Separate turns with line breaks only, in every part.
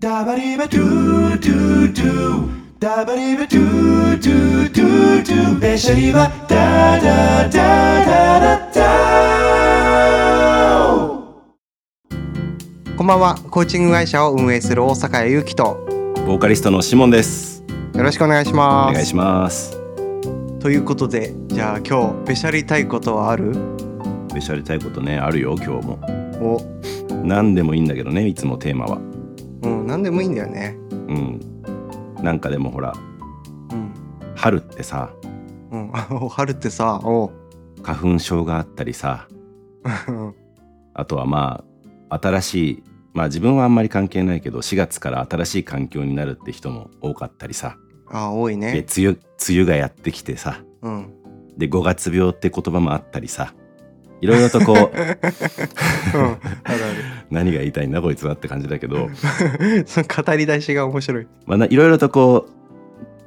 ダバリバドゥドゥドゥダバリバドゥドゥドゥドゥベシャリバダダダダダダ
こんばんは。コーチング会社を運営する大阪谷由紀と
ボーカリストのシモンです。
よろしくお願いし
お
ます。
願いします。
ということで、じゃあ今日べしゃりたいことはある？
べしゃりたいことね、あるよ、今日も。
お、
何でもいいんだけどね、いつもテーマは。
うん、なんでもいいんだよね。
うん。なんかでもほら、
うん、
春ってさ、
うん、 お春ってさ、お、
花粉症があったりさ、
うん
あとはまあ、新しい、まあ自分はあんまり関係ないけど、4月から新しい環境になるって人も多かったりさ、
あ、多い
で、
ね。
梅雨、梅雨がやってきてさ、
うん、
で、5月病って言葉もあったりさ、いろいろと
う
こう、
ん、ある
何が言いたいんだこいつはって感じだけど、
ある。 その語り出しが面白い。
まあ、ないろいろとこ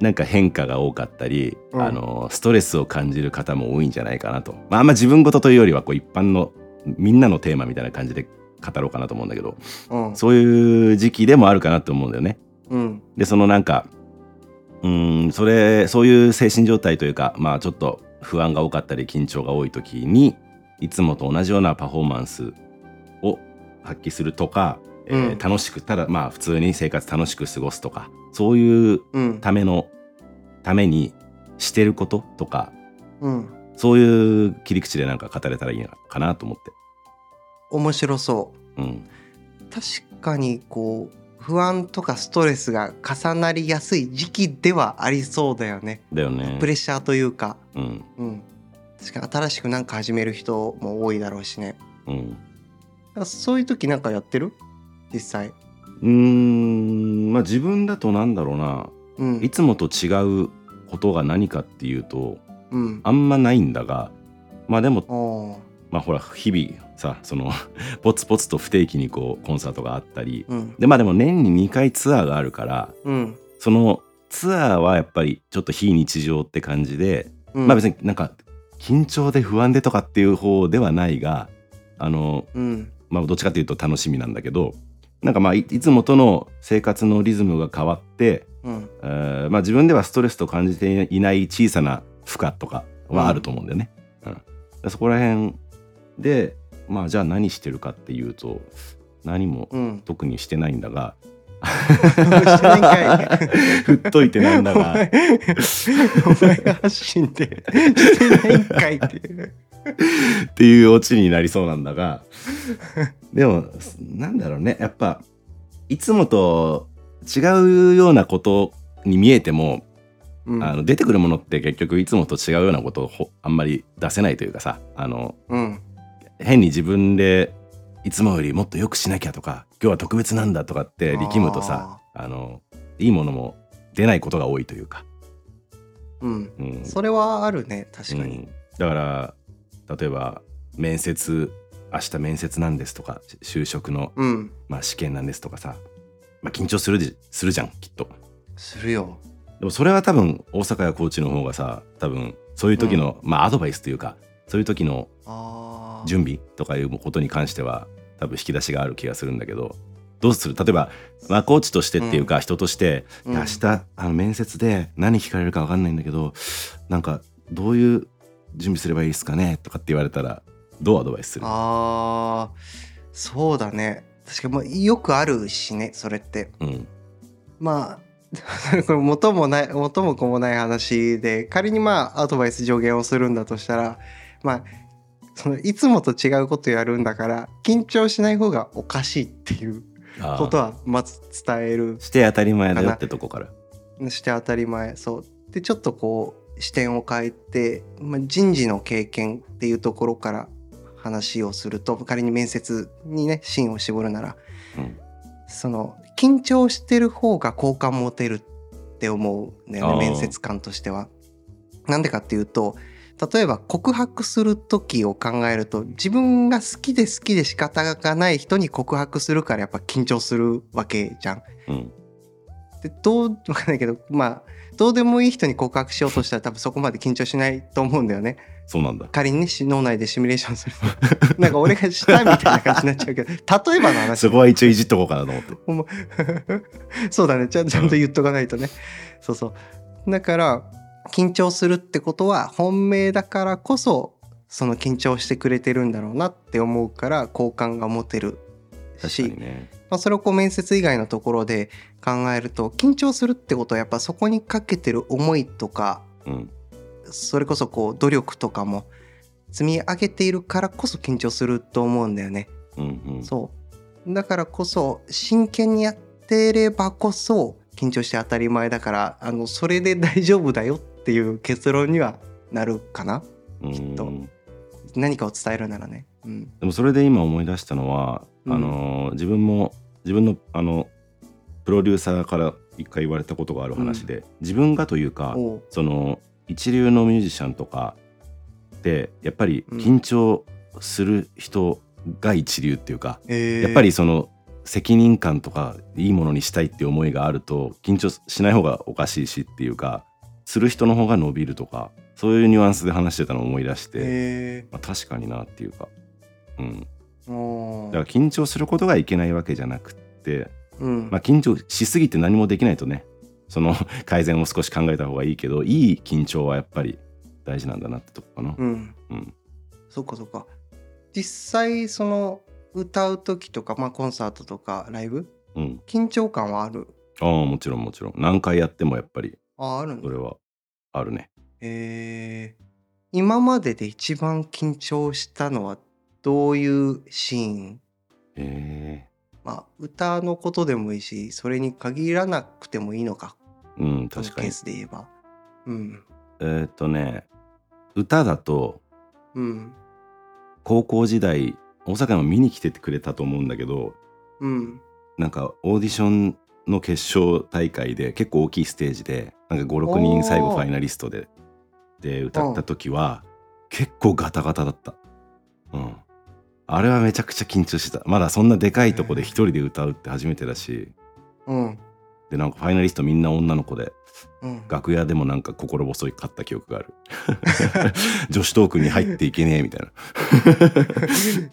うなんか変化が多かったり、
うん
あのストレスを感じる方も多いんじゃないかなと、まあ、あんま自分事というよりはこう一般のみんなのテーマみたいな感じで語ろうかなと思うんだけど
うん、
そういう時期でもあるかなと思うんだよね。
うん、
でそのなんかうーんそれそういう精神状態というか、まあ、ちょっと不安が多かったり緊張が多い時にいつもと同じようなパフォーマンスを発揮するとか、えー
うん
楽しくただまあ普通に生活楽しく過ごすとかそういう
うん、
ためのためにしてることとか
うん、
そういう切り口でなんか語れたらいいのかなと思って、
面白そう。
うん、
確かにこう不安とかストレスが重なりやすい時期ではありそうだよね。
だよね
プ、レッシャーというか、
うん
うん、確かに新しくなんか始める人も多いだろうしね。
うん、
だからそういう時なんかやってる？実際。
うーんまあ自分だとなんだろうな
うん。
いつもと違うことが何かっていうと
うん。
あんまないんだがまあでも
おー
まあほら日々さその ポツポツと不定期にこうコンサートがあったり
うん。
でまあでも年に2回ツアーがあるから
うん。
そのツアーはやっぱりちょっと非日常って感じで、
うん。
まあ別になんか緊張で不安でとかっていう方ではないがあの
うん。
まあ、どっちかというと楽しみなんだけどなんかまあいいつもとの生活のリズムが変わって、
うん。
えーまあ、自分ではストレスと感じていない小さな負荷とかはあると思うんだよね。うんそこら辺で、まあ、じゃあ何してるかっていうと何も
うん。
特にしてないんだが
してないんかい
振っといて なんだ
お
が
前お前が発信 でしてないんかいっていう。
っていうオチになりそうなんだがでもなんだろうねやっぱいつもと違うようなことに見えても
うん。
あの出てくるものって結局いつもと違うようなことをほあんまり出せないというかさあの
うん。
変に自分でいつもよりもっと良くしなきゃとか今日は特別なんだとかって力むとさあのいいものも出ないことが多いというか、
うん。
うん、
それはあるね確かに。
うんだから例えば面接明日面接なんですとかし就職の、
うん。
まあ、試験なんですとかさ、まあ、緊張するじするじゃんきっと。
するよ。
でもそれは多分大阪やコーチの方がさ多分そういう時の、まあアドバイスというかそういう時の
ああ。
準備とかいうことに関しては多分引き出しがある気がするんだけどどうする例えば、まあ、コーチとしてっていうか、人として、
うん
明日あの面接で何聞かれるか分かんないんだけどなんかどういう準備すればいいですかねとかって言われたらどうアドバイスする
ああ。そうだね。確かにもうよくあるしねそれって。
うん
まあ これ元もない元も子もない話で仮にまあアドバイス上限をするんだとしたらまあそのいつもと違うことやるんだから緊張しない方がおかしいっていう
あー
ことはまず伝える
して当たり前だよってとこから。
して当たり前そうでちょっとこう視点を変えて、まあ、人事の経験っていうところから話をすると仮に面接にね芯を絞るなら、
うん
その緊張してる方が好感持てるって思うんだよ
あ
ね
ー
面接官としては。なんでかっていうと例えば告白する時を考えると自分が好きで好きで仕方がない人に告白するからやっぱ緊張するわけじゃん。
うん
でどうわかんないけどまあどうでもいい人に告白しようとしたら多分そこまで緊張しないと思うんだよね
そうなんだ。
仮にねし脳内でシミュレーションする となんか俺がしたみたいな感じになっちゃうけど例えばの話
そこは一応いじっとこうかなと思って。
そうだねちゃんちゃんと言っとかないとねそうそうだから緊張するってことは本命だからこそその緊張してくれてるんだろうなって思うから好感が持てる
確
し
かにね。
まあ、それをこう面接以外のところで考えると緊張するってことはやっぱそこにかけてる思いとか
うん。
それこそこう努力とかも積み上げているからこそ緊張すると思うんだよね。
うんうん。
そうだからこそ真剣にやってればこそ緊張して当たり前だからあのそれで大丈夫だよっていう結論にはなるかな
うん
きっと
で
何かを伝えるならね。うん、
もそれで今思い出したのは、
うん
あの自分も自分のあのプロデューサーから一回言われたことがある話で、自分がというか
おう
その一流のミュージシャンとかってやっぱり緊張する人が一流っていうか、
えー
やっぱりその責任感とかいいものにしたいっていう思いがあると緊張しない方がおかしいしっていうかする人の方が伸びるとかそういうニュアンスで話してたのを思い出して、
え
まあ、確かになっていうか、うん、
ーお
だ
う
から緊張することがいけないわけじゃなくって、
うん
まあ、緊張しすぎて何もできないとねその 改善を少し考えた方がいいけどいい緊張はやっぱり大事なんだなってとこかな。
うん
うん
そっかそっか実際その歌う時とか、まあ、コンサートとかライブ
うん、
緊張感はある
ああもちろんもちろん何回やってもやっぱり
ああるん
そ
だ
れはあるね。
えー今までで一番緊張したのはどういうシーン
え
まあ歌のことでもいいしそれに限らなくてもいいのか
ーうん
この
確か
ケ
に
ースで言えばうん
えーっとね歌だと
うん
高校時代大阪も見に来てくれたと思うんだけど
うん
なんかオーディションの決勝大会で結構大きいステージでなんか56
お
人
ー
最後ファイナリストでで歌った時は結構ガタガタだった、うん、あれはめちゃくちゃ緊張してたまだそんなでかいとこで一人で歌うって初めてだし
うん
でなんかファイナリストみんな女の子で
うん
楽屋でもなんか心細いかった記憶がある女子トークに入っていけねえみたい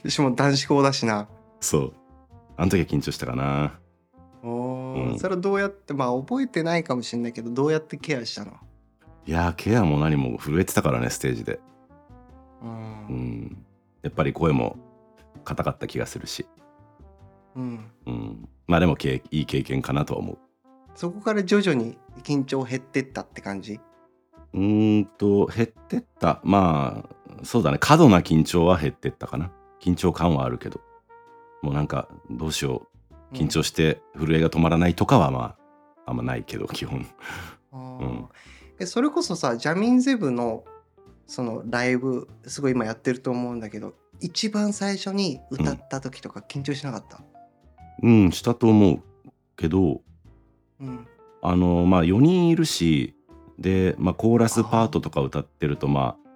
な
しかも男子校だしな
そうあの時は緊張したかな
おー
うん
それはどうやってまあ覚えてないかもしれないけどどうやってケアしたの
いやーケアも何も震えてたからねステージで
う、
うんんやっぱり声も硬かった気がするし、
うん、
うん、まあでもけいい経験かなとは思う
そこから徐々に緊張減ってったって感じ
うーんと減ってったまあそうだね過度な緊張は減ってったかな緊張感はあるけどもうなんかどうしよう緊張
し、
して震えが止まらないとかはまああんまないけど基本
うんあ
う
ー
ん
えそれこそさジャミンゼブのそのライブすごい今やってると思うんだけど一番最初に歌った時とか緊張しなかった、
うんしたと思うけど
うん
あのまあ4人いるしで、まあ、コーラスパートとか歌ってるとまあ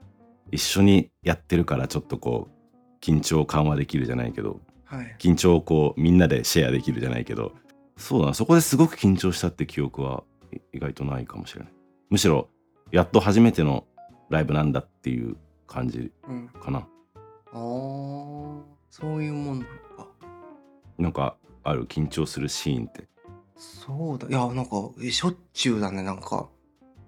一緒にやってるからちょっとこう緊張緩和できるじゃないけど
はい、
緊張をこうみんなでシェアできるじゃないけどそうだなそこですごく緊張したって記憶はい意外とないかもしれないむしろやっと初めてのライブなんだっていう感じ
うん、
かな
あーそういうもんなのか
なんかある緊張するシーンって
そうだいやなんかえしょっちゅうだねなんか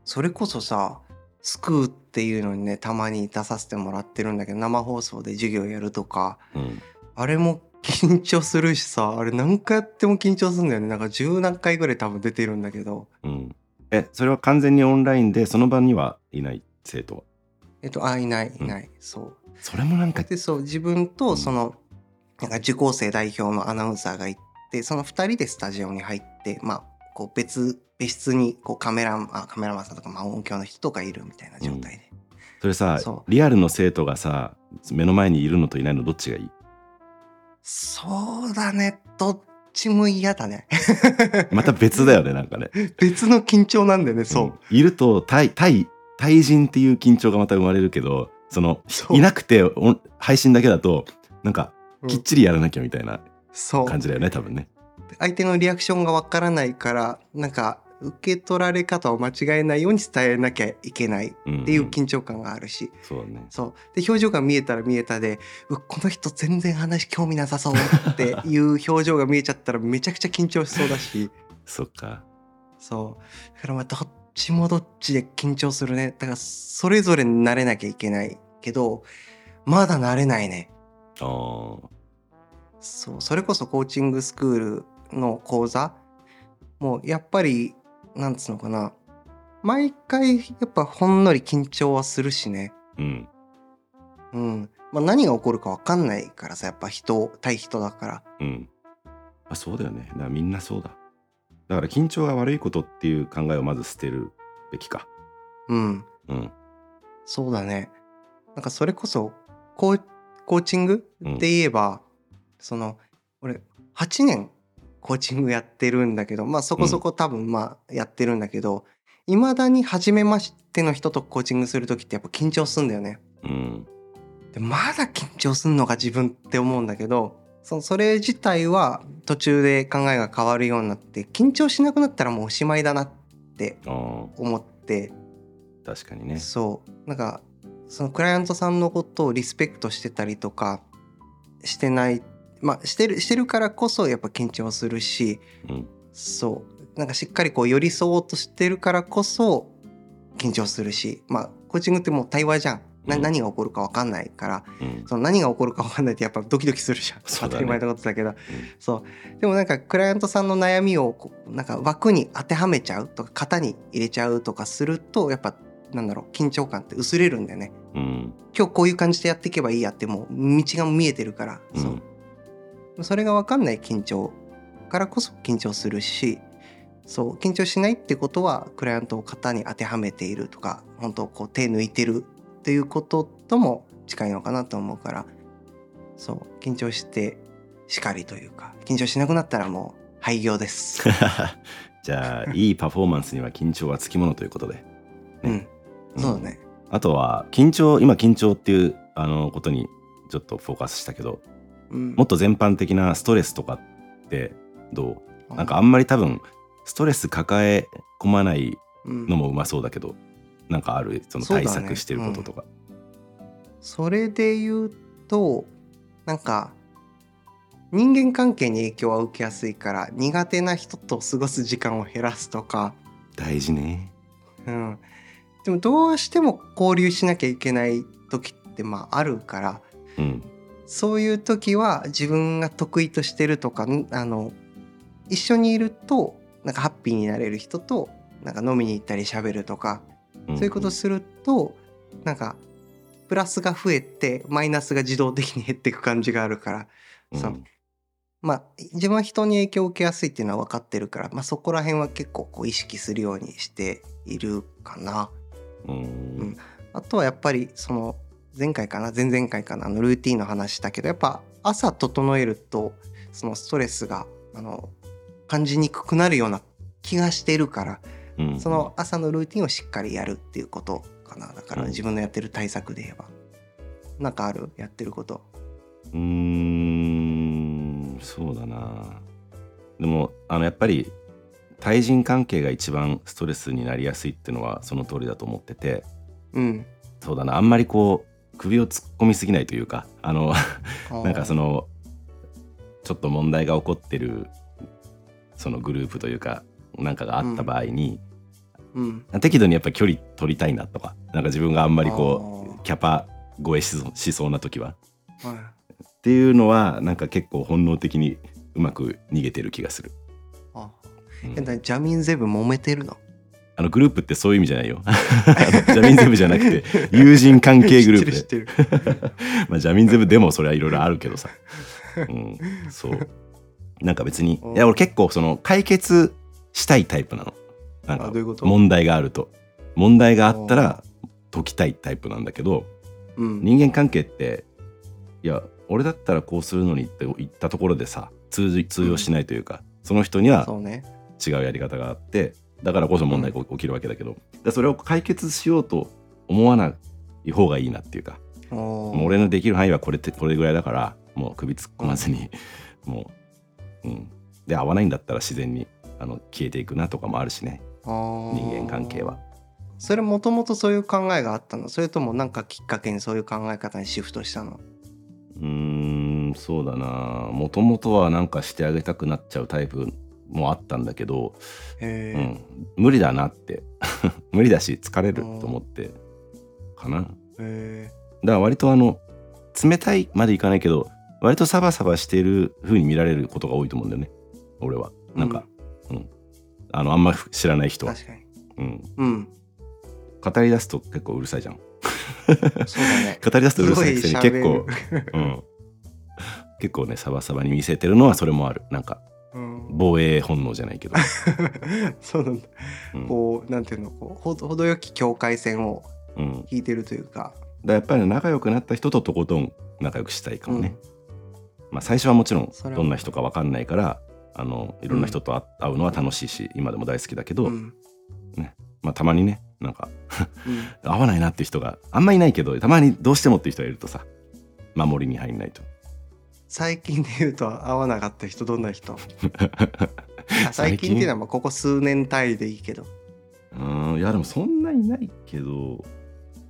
それこそさ「スクー」っていうのにねたまに出させてもらってるんだけど生放送で授業やるとか
うん
あれも緊張するしさあれ何回やっても緊張するんだよねなんか十何回ぐらい多分出てるんだけど
うんえそれは完全にオンラインでその場にはいない生徒は
えっとあいないいない、そう
それもなんか
でそう自分
う
と
ん
その、なんか受講生代表のアナウンサーが行ってその2人でスタジオに入ってまあこう別別室にこうカメラマンあカメラマンさんとか、まあ、音響の人とかいるみたいな状態で、
それさ
そ
リアルの生徒がさ目の前にいるのといないのど っちがいい
そうだねどっちも嫌だね
また別だよねなんかね
別の緊張なんだよね そう、
んいると対対対人っていう緊張がまた生まれるけどその
そう
いなくてお配信だけだとなんか
うん
きっちりやらなきゃみたいな
そう
感じだよね、多分ね
相手のリアクションがわからないからなんか受け取られ方を間違えないように伝えなきゃいけないっ
って
いう緊張感があるし、
そうだね
そうで表情が見えたら見えたでうわこの人全然話興味なさそうっていう表情が見えちゃったらめちゃくちゃ緊張しそうだし
そっか
そうだからまあどっちもどっちで緊張するねだからそれぞれ慣れなきゃいけないけどまだ慣れないね
あー
そうそれこそコーチングスクールの講座もうやっぱりなんつうのかな毎回やっぱほんのり緊張はするしね
うん
うんまあ、何が起こるか分かんないからさやっぱ人対人だから
うんあそうだよねだからみんなそうだだから緊張が悪いことっていう考えをまず捨てるべきか
うん
うん
そうだねなんかそれこそコーコーチング
うん
って言えば、その俺8年コーチングやってるんだけどまあそこそこ多分まあやってるんだけどいま、未だに初めましての人とコーチングする時ってやっぱ緊張すんだよね
うん
でまだ緊張すんのか自分って思うんだけどそのそれ自体は途中で考えが変わるようになって緊張しなくなったらもうおしまいだなって
あー
思って、
確かにね
そうなんかそのクライアントさんのことをリスペクトしてたりとかしてないまあしてるしてるからこそやっぱ緊張するし
うん
そうなんかしっかりこう寄り添おうとしてるからこそ緊張するしまあコーチングってもう対話じゃん、な
うん
何が起こるか分かんないから
うん
その何が起こるか分かんないってやっぱドキドキするじゃん、
そうだ
当た
ね
り前のことだけど、そうでもなんかクライアントさんの悩みをこうなんか枠に当てはめちゃうとか型に入れちゃうとかするとやっぱなんだろう緊張感って薄れるんだよね
うん
今日こういう感じでやっていけばいいやってもう道が見えてるから、
う
そうんそれが分かんない緊張からこそ緊張するしそう緊張しないってことはクライアントを型に当てはめているとか本当こう手抜いてるっていうこととも近いのかなと思うからそう緊張してしかりというか緊張しなくなったらもう廃業です。
じゃあいいパフォーマンスには緊張はつきものということで、
うん、
ん
そうだね。
あとは緊張今緊張っていうあのことにちょっとフォーカスしたけど
うん、
もっと全般的なストレスとかってどうなんかあんまり多分ストレス抱え込まない
うん
のもうまそうだけどなんかあるその
そうだ
対
ね
策してることとか
それで言うとなんか人間関係に影響は受けやすいから苦手な人と過ごす時間を減らすとか、
大事ね
うん、でもどうしても交流しなきゃいけない時ってまああるから
うん
そういう時は自分が得意としてるとかんあの一緒にいるとなんかハッピーになれる人となんか飲みに行ったり喋るとか
ん
そういうことするとなんかプラスが増えてマイナスが自動的に減っていく感じがあるから
うん
そうまあ自分は人に影響を受けやすいっていうのは分かってるから、まあ、そこら辺は結構こう意識するようにしているかな。
うん
あとはやっぱりその前回かな前々回かなあのルーティンの話だけどやっぱ朝整えるとそのストレスがあの感じにくくなるような気がしているから
うん
その朝のルーティンをしっかりやるっていうことかなだから
うん
自分のやってる対策で言えばなんかあるやってること
うーんそうだなでもあのやっぱり対人関係が一番ストレスになりやすいっていうのはその通りだと思ってて
うん
そうだなあんまりこう首を突っ込みすぎないというかあのなんかそ
の
のちょっと問題が起こってるそのグループというかなんかがあった場合
う
に、
ん
適度にやっぱり距離取りたいなとかなんか自分があんまり
あ
こ
ー
うキャパ超えしそうしそうな時は
はい
っていうのはなんか結構本能的にうまく逃げてる気がする、
あ
うん
えなジャミンゼブ揉めてるの
あのグループってそういう意味じゃないよ あのジャミンゼブじゃなく て友人関係グループ
知っ
で
てる知ってる
まあジャミンゼブでもそれはいろいろあるけどさ、うん、そうなんか 別に
うん
いや俺結構その解決したいタイプなのなん
あ
か
どういうこと
問題があると問題があったら解きたいタイプなんだけど
うん
人間関係っていや俺だったらこうするのにって言ったところでさ通じ通用しないというか、その人には
そうね
違うやり方があってだからこそ問題が起きるわけだけど、でそれを解決しようと思わない方がいいなっていうか、
おー
もう俺 のできる範囲はこれってこれぐらいだからもう首突っ込まずに、もう、うん、で合わないんだったら自然にあの消えていくなとかもあるしね
人
人間関係は
それもともとそういう考えがあったのそれともなんかきっかけにそういう考え方にシフトしたの
うーんそうだなもともとはなんかしてあげたくなっちゃうタイプもあったんだけど、
へ
う
え、
ん、無理だなって 無理だし疲れると思ってかなだか
へ
ら割とあの冷たいまでいかないけど割とサバサバしてる風に見られることが多いと思うんだよね俺はなんか、うんあのあんま知らない
え
人は、
確かに
うん、
うん
語り出すと結構うるさいじゃん
そうだ ね
語り出すとうるさいくせに結構
す、
うん、結構ねサバサバに見せてるのはそれもあるなんか
うん、
防衛本能じゃないけど、
そうなんだ
うん
こうなんていうのこうほど程よき境界線を
うん、だか
引いてるというから
やっぱり仲良くなった人ととことん仲良くしたいかもね、まあ、最初はもちろん
それは
どんな人か分かんないからあのいろんな人と会会うのは楽しいし、今でも大好きだけど、
うんうん
まあ、たまにねなんか
うん
合わないなって人があんまいないけどたまにどうしてもっていう人がいるとさ守りに入んないと
最近で言うと会わなかった人どんな 人あ最近っていうのはまあここ数年単位でいいけど
うんいやでもそんないないけど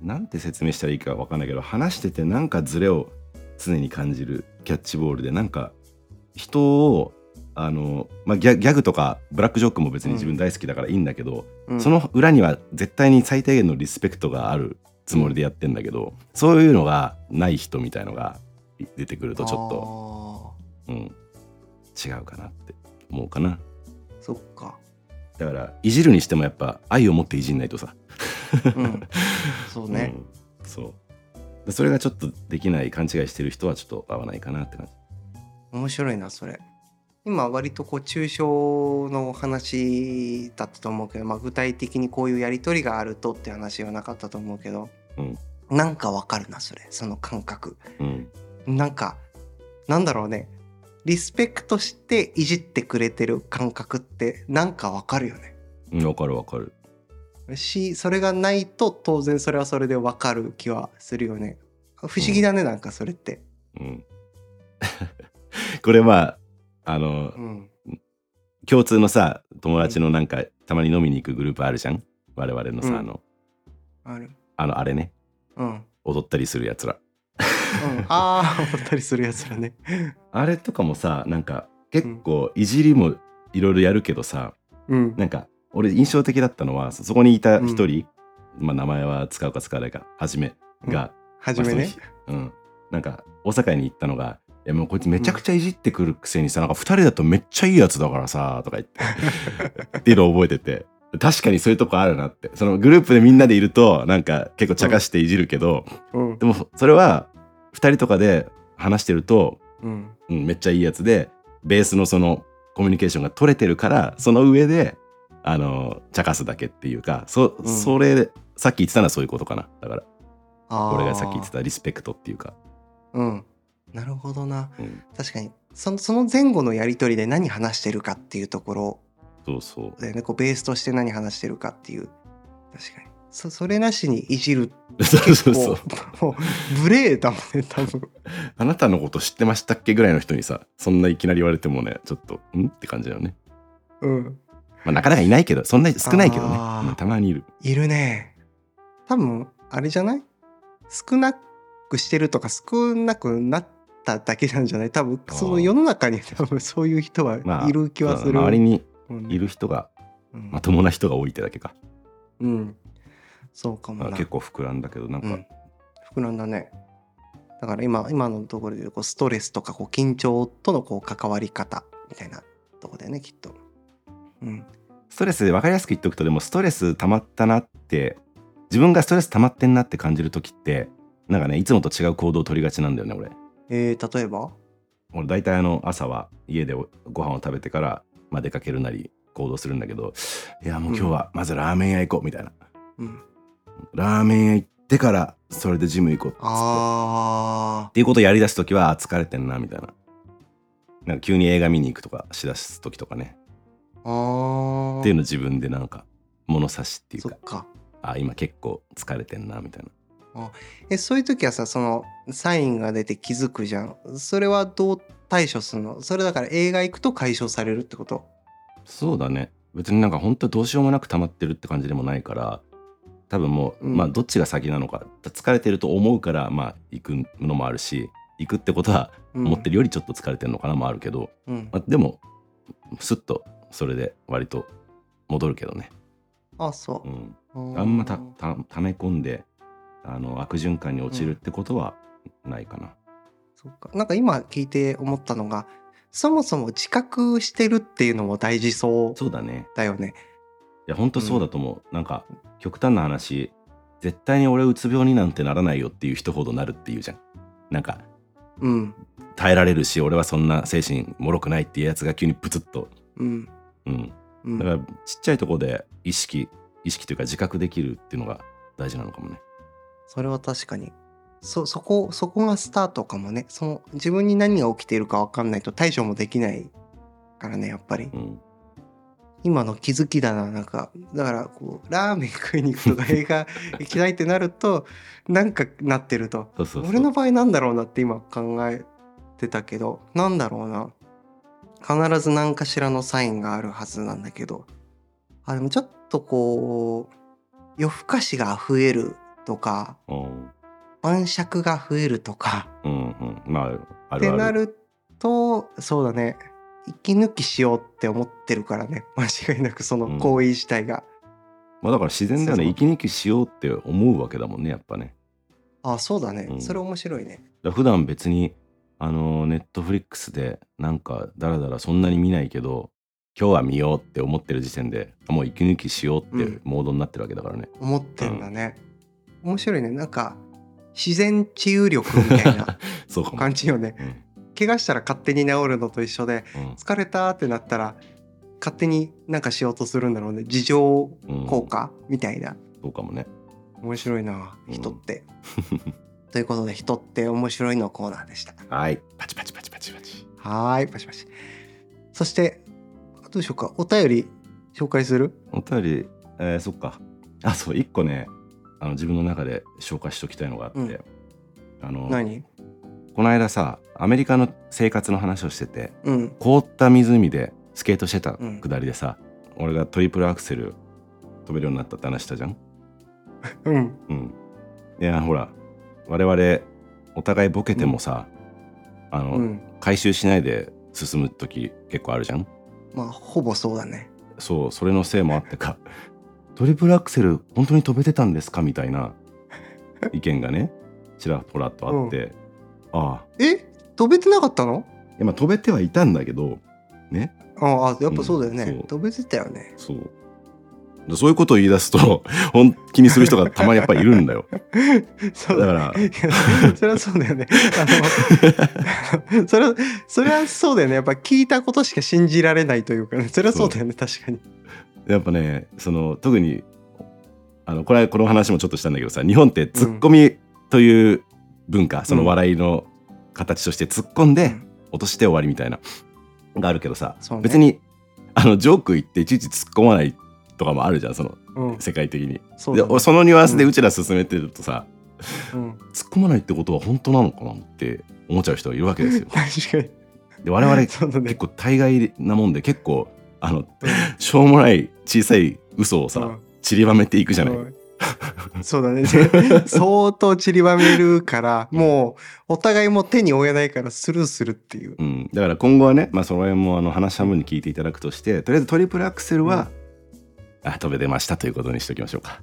なんて説明したらいいか分かんないけど話しててなんかズレを常に感じるキャッチボールでなんか人をあの、まあ、ギャギャグとかブラックジョークも別に自分大好きだからいいんだけど、
うん
その裏には絶対に最低限のリスペクトがあるつもりでやってんだけどそういうのがない人みたいのが出てくるとちょっ
と
と、うん、違うかなって思うかな
そっか
だからいじるにしてもやっぱ愛を持っていじんないとさ
うんそうね、
うんそうでそれがちょっとできない勘違いしてる人はちょっと合わないかなって感じ
面白いなそれ今割とこう抽象の話だったと思うけど、まあ、具体的にこういうやり取りがあるとって話はなかったと思うけど、
うん
なんかわかるなそれその感覚
うん
なんかなんだろうねリスペクトしていじってくれてる感覚ってなんかわかるよね
うんわかるわかる
しそれがないと当然それはそれでわかる気はするよね不思議だね、なんかそれって
うん これまああの
うん
共通のさ友達のなんかたまに飲みに行くグループあるじゃん我々のさ、
うん
あの
ある
あのあれね
うん、うん、
踊ったりするやつら
ああ思ったりするやつらね
あれとかもさなんか結構いじりもいろいろやるけどさ、
うん
なんか俺印象的だったのはそそこにいた一人、まあ名前は使うか使わないかはじめが、
初めね、
うん、なんか大阪に行ったのが「いやもうこいつめちゃくちゃいじってくるくせにさ、なんか2人だとめっちゃいいやつだからさ」とか 言ってっていうのを覚えてて確かにそういうとこあるなってそのグループでみんなでいるとなんか結構茶化していじるけど、
うん
でもそれは2人とかで話してると、
うん
うん、めっちゃいいやつでベースのそのコミュニケーションが取れてるからその上であの茶化すだけっていうかそ,、
うん
それさっき言ってたのはそういうことかなだから
あー
俺がさっき言ってたリスペクトっていうか。
うんなるほどな
うん
確かにそのその前後のやり取りで何話してるかっていうところ
そうそう。
だよねこうベースとして何話してるかっていう確かにそそれなしにいじる
そうそうそう。
う もう無礼だもんね多分
あなたのこと知ってましたっけぐらいの人にさ、そんないきなり言われてもね、ちょっと、んって感じだよね。
うん
まあ、なかなかいないけど、そんな少ないけどね。
あー
うんたまにいる。
いるね多分あれじゃない少なくしてるとか少なくなっただけなんじゃない多分
あー
その世の中に多分そういう人は
まあ、
いる気はする、
そうだな周りに
うん
いる人が、
うん
まともな人が多いってだけか。
うん。そうかも
まあ
な。
結構膨らんだけど、なんか、
うん、膨らんだね。だから今今のところで言うこうストレスとかこう緊張とのこう関わり方みたいなとこだよねきっと。うん。
ストレス、分かりやすく言っとくと、でも、ストレス溜まったなって、自分がストレス溜まってんなって感じるときって、なんかね、いつもと違う行動を取りがちなんだよね、俺。
えー、例えば
俺大体あの朝は家でおご飯を食べてから、まあ、出かけるなり行動するんだけどいやもう今日はまずラーメン屋行こうみたいな、
うん。
ラーメン屋行ってからそれでジム行こうっつってっ
あ
ていうことをやりだす時はあ疲れてんなみたいななんか急に映画見に行くとかしだす時とかね
ーあー。
っていうの自分でなんか物差しっていう
そ
か
っか。
あ今結構疲れてんなみたいな
えそういう時はさそのサインが出て気づくじゃん。それはどう対処するのそれだから映画行くと解消されるってこと
そうだね別になんか本当どうしようもなく溜まってるって感じでもないから多分もう、
うん
まあどっちが先なのか疲れてると思うからまあ行くのもあるし行くってことは思って
る、
るよりちょっと疲れてるのかなもあるけど、
うん
まあ、でもスッとそれで割と戻るけどね、
あそうう、
ん、
う
あんまたた溜め込んであの悪循環に陥るってことはないかな、
そっかなんか今聞いて思ったのがそもそも自覚してるっていうのも大事そう
そうだね
だよね
いや本当そうだと思う、なんか極端な話絶対に俺うつ病になんてならないよっていう人ほどなるっていうじゃんなんか
うん
耐えられるし俺はそんな精神もろくないっていうやつが急にプツッと
うん
うん
うん
だからちっちゃいとこで意識意識というか自覚できるっていうのが大事なのかもね
それは確かにそそこそこがスタートかもねその自分に何が起きているか分かんないと対処もできないからねやっぱり
うん
今の気づきだななんかだからこうラーメン食いに行くとか映画行きたいってなるとなんかなってると
そうそうそう
俺の場合なんだろうなって今考えてたけどなんだろうな必ず何かしらのサインがあるはずなんだけどあでもちょっとこう夜更かしが増えるとか
うん
晩酌が増えるとか
うんうんまああ
っ
る
て
ある
なるとそうだね息抜きしようって思ってるからね間違いなくその行為自体が、
まあだから自然だよね
そう
生き抜きしようって思うわけだもんねやっぱね
あそうだね、
うん
それ面白いね
だから普段別にあのネットフリックスでなんかダラダラそんなに見ないけど今日は見ようって思ってる時点でもう息抜きしようっていうモードになってるわけだからね、
思ってんだね、面白いねなんか自然治癒力みたいな
そうかも、
感じよね
うん
怪我したら勝手に治るのと一緒で
うん
疲れたってなったら勝手になんかしようとするんだろうね自浄
うん
効果みたいな
そうかもね
面白いな
うん
人って、ということで「人って面白い」のコーナーでした
はいパチパチパチパチパチ
はーい、パシパシ。そして、どうしようか、お便り紹介する
お便り、えーそっかあそう一個ねあの自分の中で紹介しときたいのがあって、
うん
あの
何
この間さアメリカの生活の話をしてて
うん。
凍った湖でスケートしてた
うん
下りでさ、俺がトリプルアクセル飛べるようになったって話したじゃん。
うん。
うん、いやほら我々お互いボケてもさ、あの
うん。
回収しないで進む時結構あるじゃん。
まあ、ほぼそうだね。
そうそれのせいもあってか トリプルアクセル本当に飛べてたんですかみたいな意見がねちらほらっとあって、ああ
え飛べてなかったの
いやまあ飛べてはいたんだけど
ああ、やっぱそうだよね。
うんそう
飛べてたよね。
そう。でそういうことを言い出すと、 ほん気にする人がたまにやっぱりいるんだよ。
そ
だ
う
か
だね。
ら、
いやそれはそうだよね。あの、そ れは、それはそうだよね。やっぱ聞いたことしか信じられないというかね。それはそうだよね、確かに。
やっぱね、その特に、あのこれこの話もちょっとしたんだけどさ、日本ってツッコミという文化、その笑いの形として突っ込ん
う
で
ん
落として終わりみたいな、があるけどさ、
そうね
別にあのジョーク言っていちいち突っ込まないとかもあるじゃん、その
うん。
世界的に。
そう
で
だね
俺そのニュアンスで
うん
うちら進めてるとさ、
うん。
突っ込まないってことは本当なのかなって思っちゃう人がいるわけですよ
確。かに。
で我々
そうだ
結
ね。
構大概なもんで結構あのしょうもない小さい嘘をさ、
うん
散りばめていくじゃない、
うんそうだね 相当散りばめるからもうお互いもう手に負えないからスルーするって いう
うん、だから今後はね、まあ、その辺もあの話半分に聞いていただくとしてとりあえずトリプルアクセルは、あ飛べ出ましたということにしておきましょうか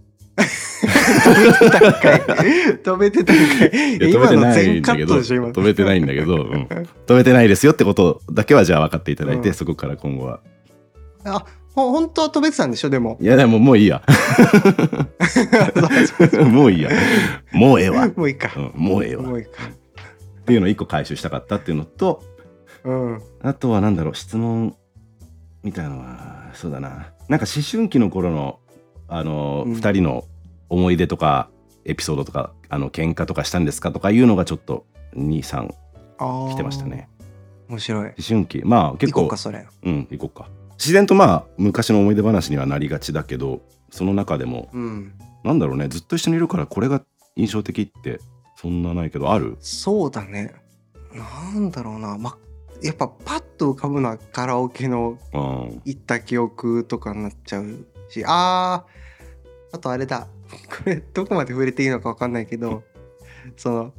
止めてたんかい
いや
今の
飛べてない
全
ん
カ
だけ
ッ
ど
トでしょ今
飛べてないんだけど、うん、飛べてないですよってことだけはじゃあ分かっていただいて、
うん
そこから今後は
あほ本当は飛べてたんでしょでも
いやでももういいやもういいやもうええわ、
もういいか
うん、もうええわ
も
っ
ういいか
ていうのを一個回収したかったっていうのと
うん
あとはなんだろう質問みたいなのはそうだななんか思春期の頃のあの、
うん
2人の思い出とかエピソードとかあの喧嘩とかしたんですかとかいうのがちょっと23
あー
来てましたね
面白い
思春期まあ結
行こ
構
うかそれ
うん行こうか自然とまあ昔の思い出話にはなりがちだけどその中でも
うん
なんだろうねずっと一緒にいるからこれが印象的ってそんなないけどある
そうだねなんだろうな、ま、やっぱパッと浮かぶのはカラオケの
うん
行った記憶とかになっちゃうしあーあとあれだ これどこまで触れていいのか分かんないけどその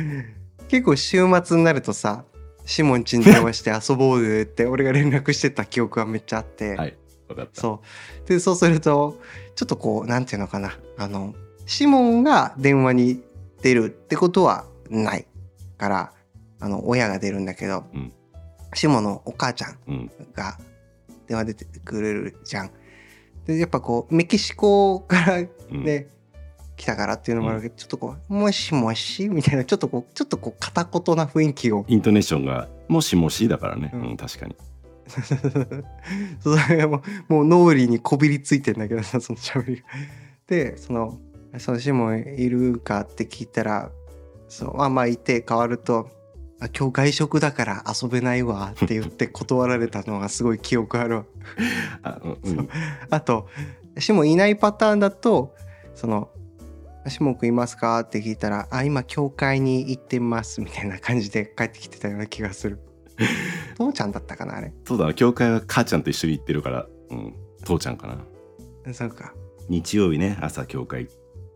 結構週末になるとさシモンちに電話して遊ぼうぜって俺が連絡してた記憶がめっちゃあって、
はい分かった
そうでそうするとちょっとこうなんていうのかなあのシモンが電話に出るってことはないからあの親が出るんだけど、
うん
シモンのお母ちゃん
うん
が電話出てくれるじゃん。でやっぱこうメキシコからね、
うん
来たからっていうのもあるけど、ちょっとこう「もしもし」みたいなちょっとこうちょっとこう片言な雰囲気を
イントネーションが「もしもし」だからね、う
うんん
確かに
それがもうもう脳裏にこびりついてんだけどさその喋りが。でその「そのシモンいるか?」って聞いたらそうまあまあいて変わると「あ今日外食だから遊べないわ」って言って断られたのがすごい記憶あるわ。
あ、うん、
あと、しもいないパターンだと、その、しもくんいますかって聞いたら、あ、今、教会に行ってます、みたいな感じで帰ってきてたような気がする。父ちゃんだったかな、あれ。
そうだな教会は母ちゃんと一緒に行ってるから、うん、父ちゃんかな
そうか。
日曜日ね朝教会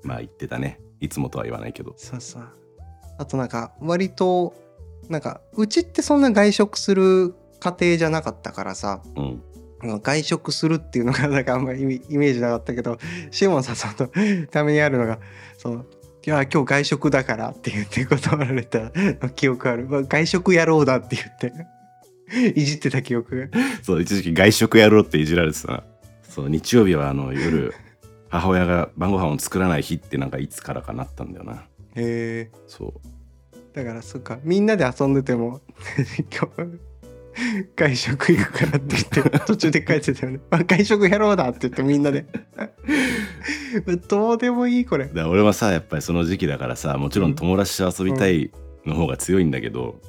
まあ行ってたねいつもとは言わないけど
そうそう。あと、なんか、割と、なんか、うちってそんな外食する家庭じゃなかったからさ、
うん
あの外食するっていうのがなんかあんまりイメイメージなかったけどシモンさんそのためにあるのがそのいや今日外食だからって言って断られたの記憶あるまあ外食野郎だって言っていじってた記憶が
そう一時期外食やろうっていじられてたなそう日曜日はあの 夜母親が晩ご飯を作らない日ってなんかいつからかなったんだよな
へえ
そう
だからそっかみんなで遊んでても 今日外食行くからって言って途中で帰ってたよね、 まあ、外食野郎だって言ってみんなで どうでもいいこれ
だから俺はさやっぱりその時期だからさもちろん友達と遊びたいの方が強いんだけど、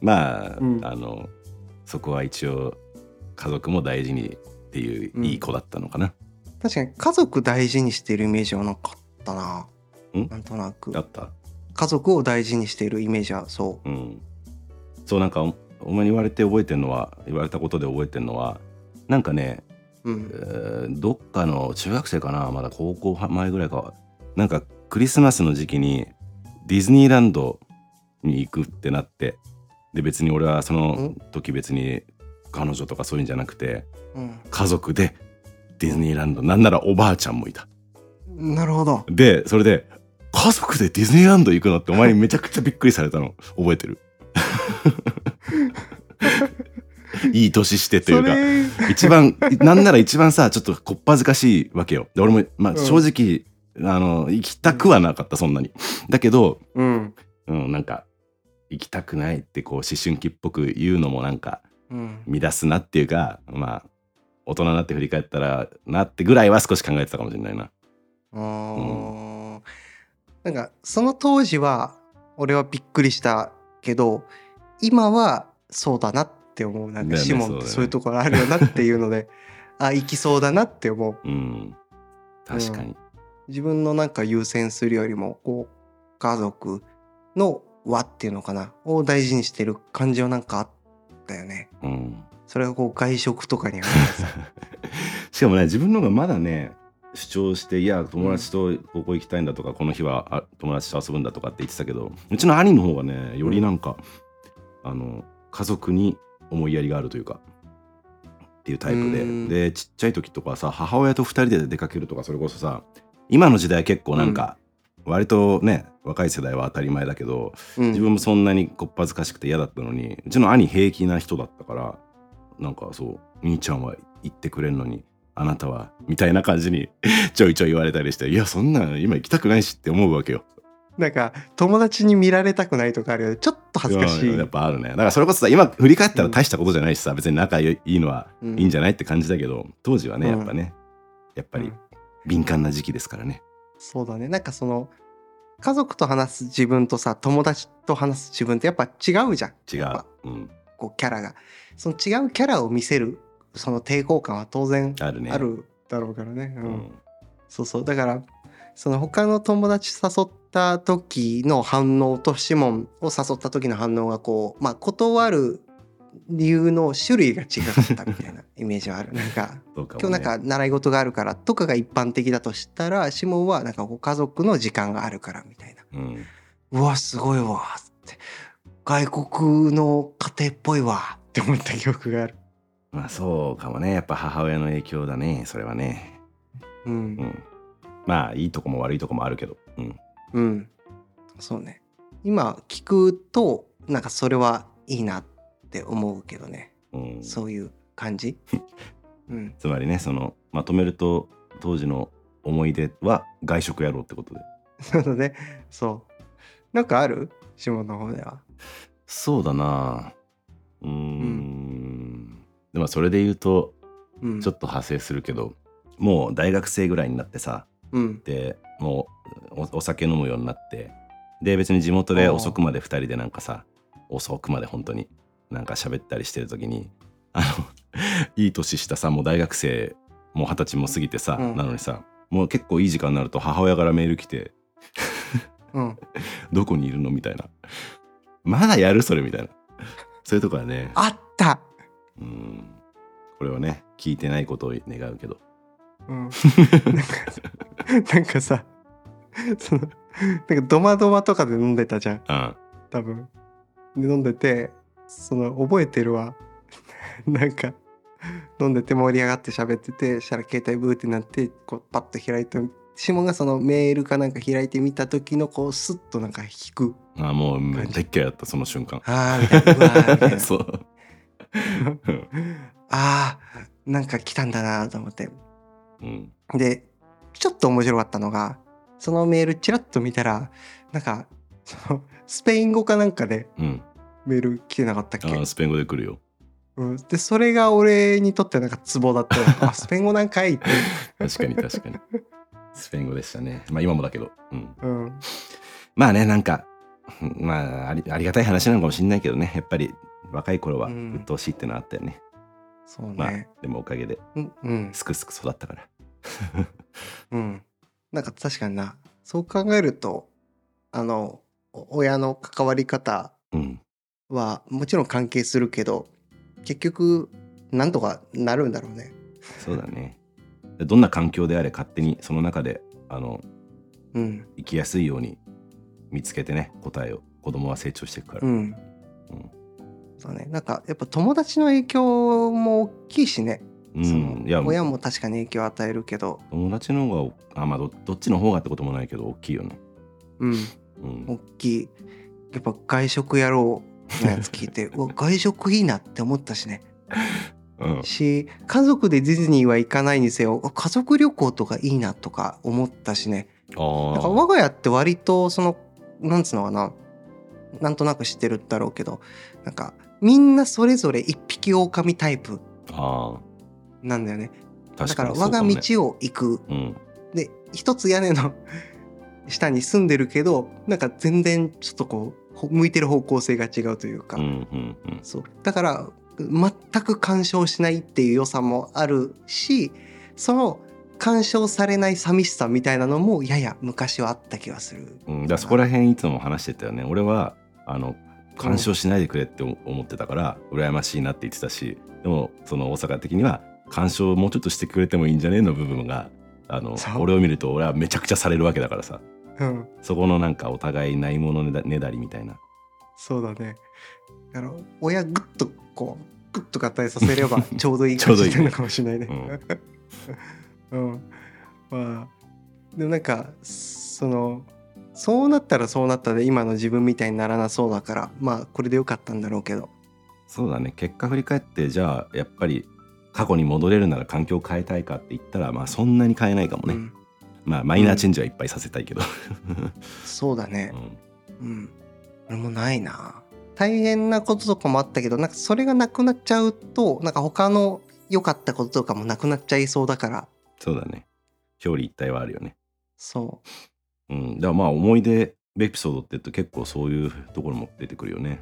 まあ、
うん
あのそこは一応家族も大事にっていううんいい子だったのかな、
確かに家族大事にしてるイメージはなかったなんなんとなく
だった
家族を大事にしているイメージはそ
うんそうなんかおお前に言われて覚えてんのは言われたことで覚えてんのはなんかね、
う、う
え
ん、
ーどっかの中学生かなまだ高校前ぐらいかなんかクリスマスの時期にディズニーランドに行くってなってで別に俺はその
ん
時別に彼女とかそういうんじゃなくて
うん、
家族でディズニーランドなんならおばあちゃんもいた
なるほど
でそれで家族でディズニーランド行くのってお前にめちゃくちゃびっくりされたの覚えて るいい年してというか
れ
一番なんなら一番さちょっとこっぱずかしいわけよで俺も、まあ、
うん
正直、あの行きたくはなかったそんなにだけど、
うん
うん、なんか行きたくないってこう思春期っぽく言うのもなんか
うん
乱すなっていうかまあ大人になって振り返ったらなってぐらいは少し考えてたかもしれないな
あーなんかその当時は俺はびっくりしたけど今はそうだなって思うなんか
だよね
シモンっ
そうだよ
て
ね
そういうところあるよなっていうので あ行きそうだなって思う
うん確かに、
自分のなんか優先するよりもこう家族の輪っていうのかなを大事にしてる感じはなんかあったよね
うん
それがこう外食とかにある
しかもね自分の方がまだね主張していや友達とここ行きたいんだとか、この日はあ友達と遊ぶんだとかって言ってたけどうちの兄の方がねよりなんか、あの家族に思いやりがあるというかっていうタイプ
う
で
ん
でちっちゃい時とかさ母親と2人で出かけるとかそれこそさ今の時代は結構なんか、割とね若い世代は当たり前だけど
うん
自分もそんなにこっぱずかしくて嫌だったのにうちの兄平気な人だったからなんかそう「兄ちゃんは言ってくれるのにあなたは」みたいな感じに ちょいちょい言われたりして「いやそんなん今行きたくないし」って思うわけよ。
なんか友達に見られたくないとかあるよねちょっと恥ずかしい、
うんやっぱあるねだからそれこそさ今振り返ったら大したことじゃないしさ別に仲いいのは
うん
いいんじゃないって感じだけど当時はね
う
や
ん
っぱねやっぱ
う
り
ん
敏感な時期ですからね。
そうだねなんかその家族と話す自分とさ友達と話す自分ってやっぱ違うじゃん
違
やっ
う
ぱ、
うん、
こうキャラがその違うキャラを見せるその抵抗感は当然
あるね。
あるだろうからね
う
うん
ん
そうそうだからその他の友達誘った時の反応とシモンを誘った時の反応がこうまあ断る理由の種類が違かったみたいなイメージはあるなんか
そうかも
今日
ね
なんか習い事があるからとかが一般的だとしたら指紋はなんかご家族の時間があるからみたいな
うん、
うわすごいわって外国の家庭っぽいわって思った記憶がある
まあそうかもねやっぱ母親の影響だねそれはね
う
うんんまあいいとこも悪いとこもあるけどうん
うんそうね今聞くとなんかそれはいいなって思うけどね
うん
そういう感 じうん
つまりねそのまとめると当時の思い出は外食やろうってことで
なのでそうなんかある下の方では
そうだなうーん、でもそれで言うと
うん
ちょっと派生するけど、もう大学生ぐらいになってさ
うん
でもうおお酒飲むようになってで別に地元で遅くまで2人でなんかさ遅くまで本当になんか喋ったりしてる時にあの いい年したさもう大学生もう二十歳も過ぎてさ、
うん
なのにさもう結構いい時間になると母親からメール来て
うん
「どこにいるの?」みたいな「まだやるそれ」みたいなそういうとこはね
あった
うんこれはね聞いてないことを願うけど
うん、なんかなんかさそのなんかドマドマとかで飲んでたじゃん
うん
多分で飲んでてその覚えてるわ なんか飲んでて盛り上がって喋っててしたら携帯ブーってなってこうパッと開いて指紋がそのメールかなんか開いてみた時のこうスッとなんか引く
あもう
感じ
大っ嫌いだったその瞬間
ああみたいなうわーみ たいな
そううん
あーなんか来たんだなと思って
うん
でちょっと面白かったのがそのメールチラッと見たらなんかそのスペイン語かなんかで
うん
メール来てなかったっ
あ
け
ースペイン語で来るよ
うん、でそれが俺にとってはなんかツボだった のあスペイン語なんかいって、
確 かに確かにスペイン語でしたねまあ今もだけど、うん、
うん、
まあねなんか うんまあありありがたい話なのかもしれないけどねやっぱり若い頃は
うん
鬱陶しいってのはあったよね、
そう
まあ
ね、
でもおかげで
うんうん
すくすく育ったから
うんなんか確かになそう考えるとあのお親の関わり方
うん
はもちろん関係するけど結局なんとかなるんだろうね
そうだねどんな環境であれ勝手にその中であの
うん
生きやすいように見つけてね答えを子供は成長していくから、
うん
うん
そうねなんかやっぱ友達の影響も大きいしね、
うん
その
いや
親も確かに影響を与えるけど
友達の方があ、まあ、どどっちの方がってこともないけど大きいよね、
うん
うん、
大きいやっぱ外食やろうのやつ聞い てうわ外食いいなって思ったしね
うん
し家族でディズニーは行かないにせよあ家族旅行とかいいなとか思ったしねなんか我
あ
が家って割とそのなんつうのかななんとなく知ってるんだろうけどなんかみんなそれぞれ一匹狼タイプ
ああ
なんだよね
あ
だか
確からに
我が
そうもね
道を行く
うん
で一つ屋根の 下に住んでるけどなんか全然ちょっとこうほ向いてる方向性が違うというか、
うんうんうん
そうだから全く干渉しないっていう良さもあるしその干渉されない寂しさみたいなのもやや昔はあった気がする。
うん、だからそこら辺いつも話してたよね俺はあの干渉しないでくれって思思ってたから羨ましいなって言ってたしでもその大阪的には干渉をもうちょっとしてくれてもいいんじゃねえの部分があの
そう
俺を見ると俺はめちゃくちゃされるわけだからさ
うん、
そこのなんかお互いないものねだねだりみたいな
そうだね。あの親グッとこうグッと合体させればちょうどいい
ち
感
ょうど
じ
いい
になるのかもしれないね。 うん、まあでもなんかそのそうなったらそうなったで今の自分みたいにならなそうだからまあこれでよかったんだろうけど。
そうだね結果振り返ってじゃあやっぱり過去に戻れるなら環境を変えたいかって言ったらまあそんなに変えないかもね、
うん、
まあマイナーチェンジはいっぱいさせたいけど、
そうだね。
うん
うん。俺もないな。大変なこととかもあったけど、なんかそれがなくなっちゃうと、なんか他の良かったこととかもなくなっちゃいそうだから、
そうだね表裏一体はあるよね
そ
うん、だからまあ思い出エピソードって言うと結構そういうところも出てくるよね。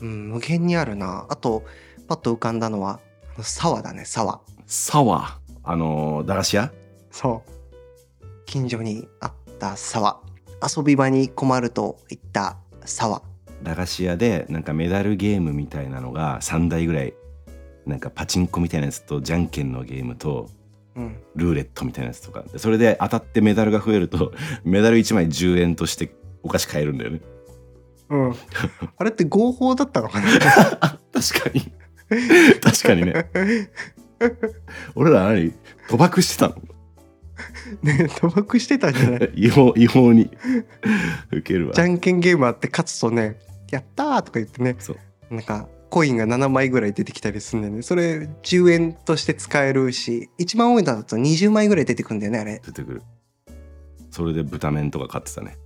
う。うん、無限にあるな。あと、パッと浮かんだのは、あの沢だね、沢。
サワーあのー駄菓子屋
そう。近所にあった沢。遊び場に困ると言った沢。
駄菓子屋でなんかメダルゲームみたいなのが3台ぐらいなんかパチンコみたいなやつとじゃんけんのゲームと
うん
ルーレットみたいなやつとかでそれで当たってメダルが増えると メダル1枚10円としてお菓子買えるんだよね
うん、あれって合法だったのかな
確かに 確かにね俺ら何賭博してたの
ね賭博してたんじ ゃない
違法違法に受けるわ
じゃんけんゲームあって勝つとね「やったー!」とか言ってね
そう
なんかコインが7枚ぐらい出てきたりするんだよねそれ10円として使えるし一番多いのだと20枚ぐらい出てくんだよねあれ
出てくるそれで豚麺とか買ってたね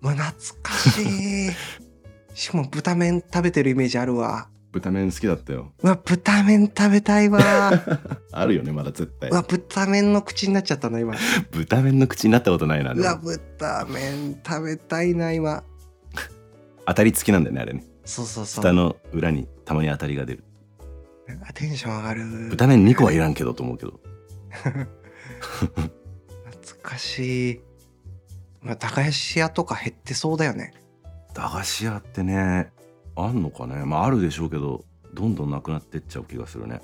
まあ懐かしい しかも豚麺食べてるイメージあるわ
豚麺好きだったよ
うわ豚麺食べたい わ
あるよねまだ絶対
うわ豚麺の口になっちゃったな今
豚麺の口になったことないなで
う
も
わ豚麺食べたいな今
当たり付きなんだよねあれね
そうそうそう
蓋の裏にたまに当たりが出る
あテンション上がる
豚麺2個はいらんけどと思うけど
懐かしいまあ林屋とか減ってそうだよね
駄菓子屋ってねあんのかねまああるでしょうけどどんどんなくなってっちゃう気がするね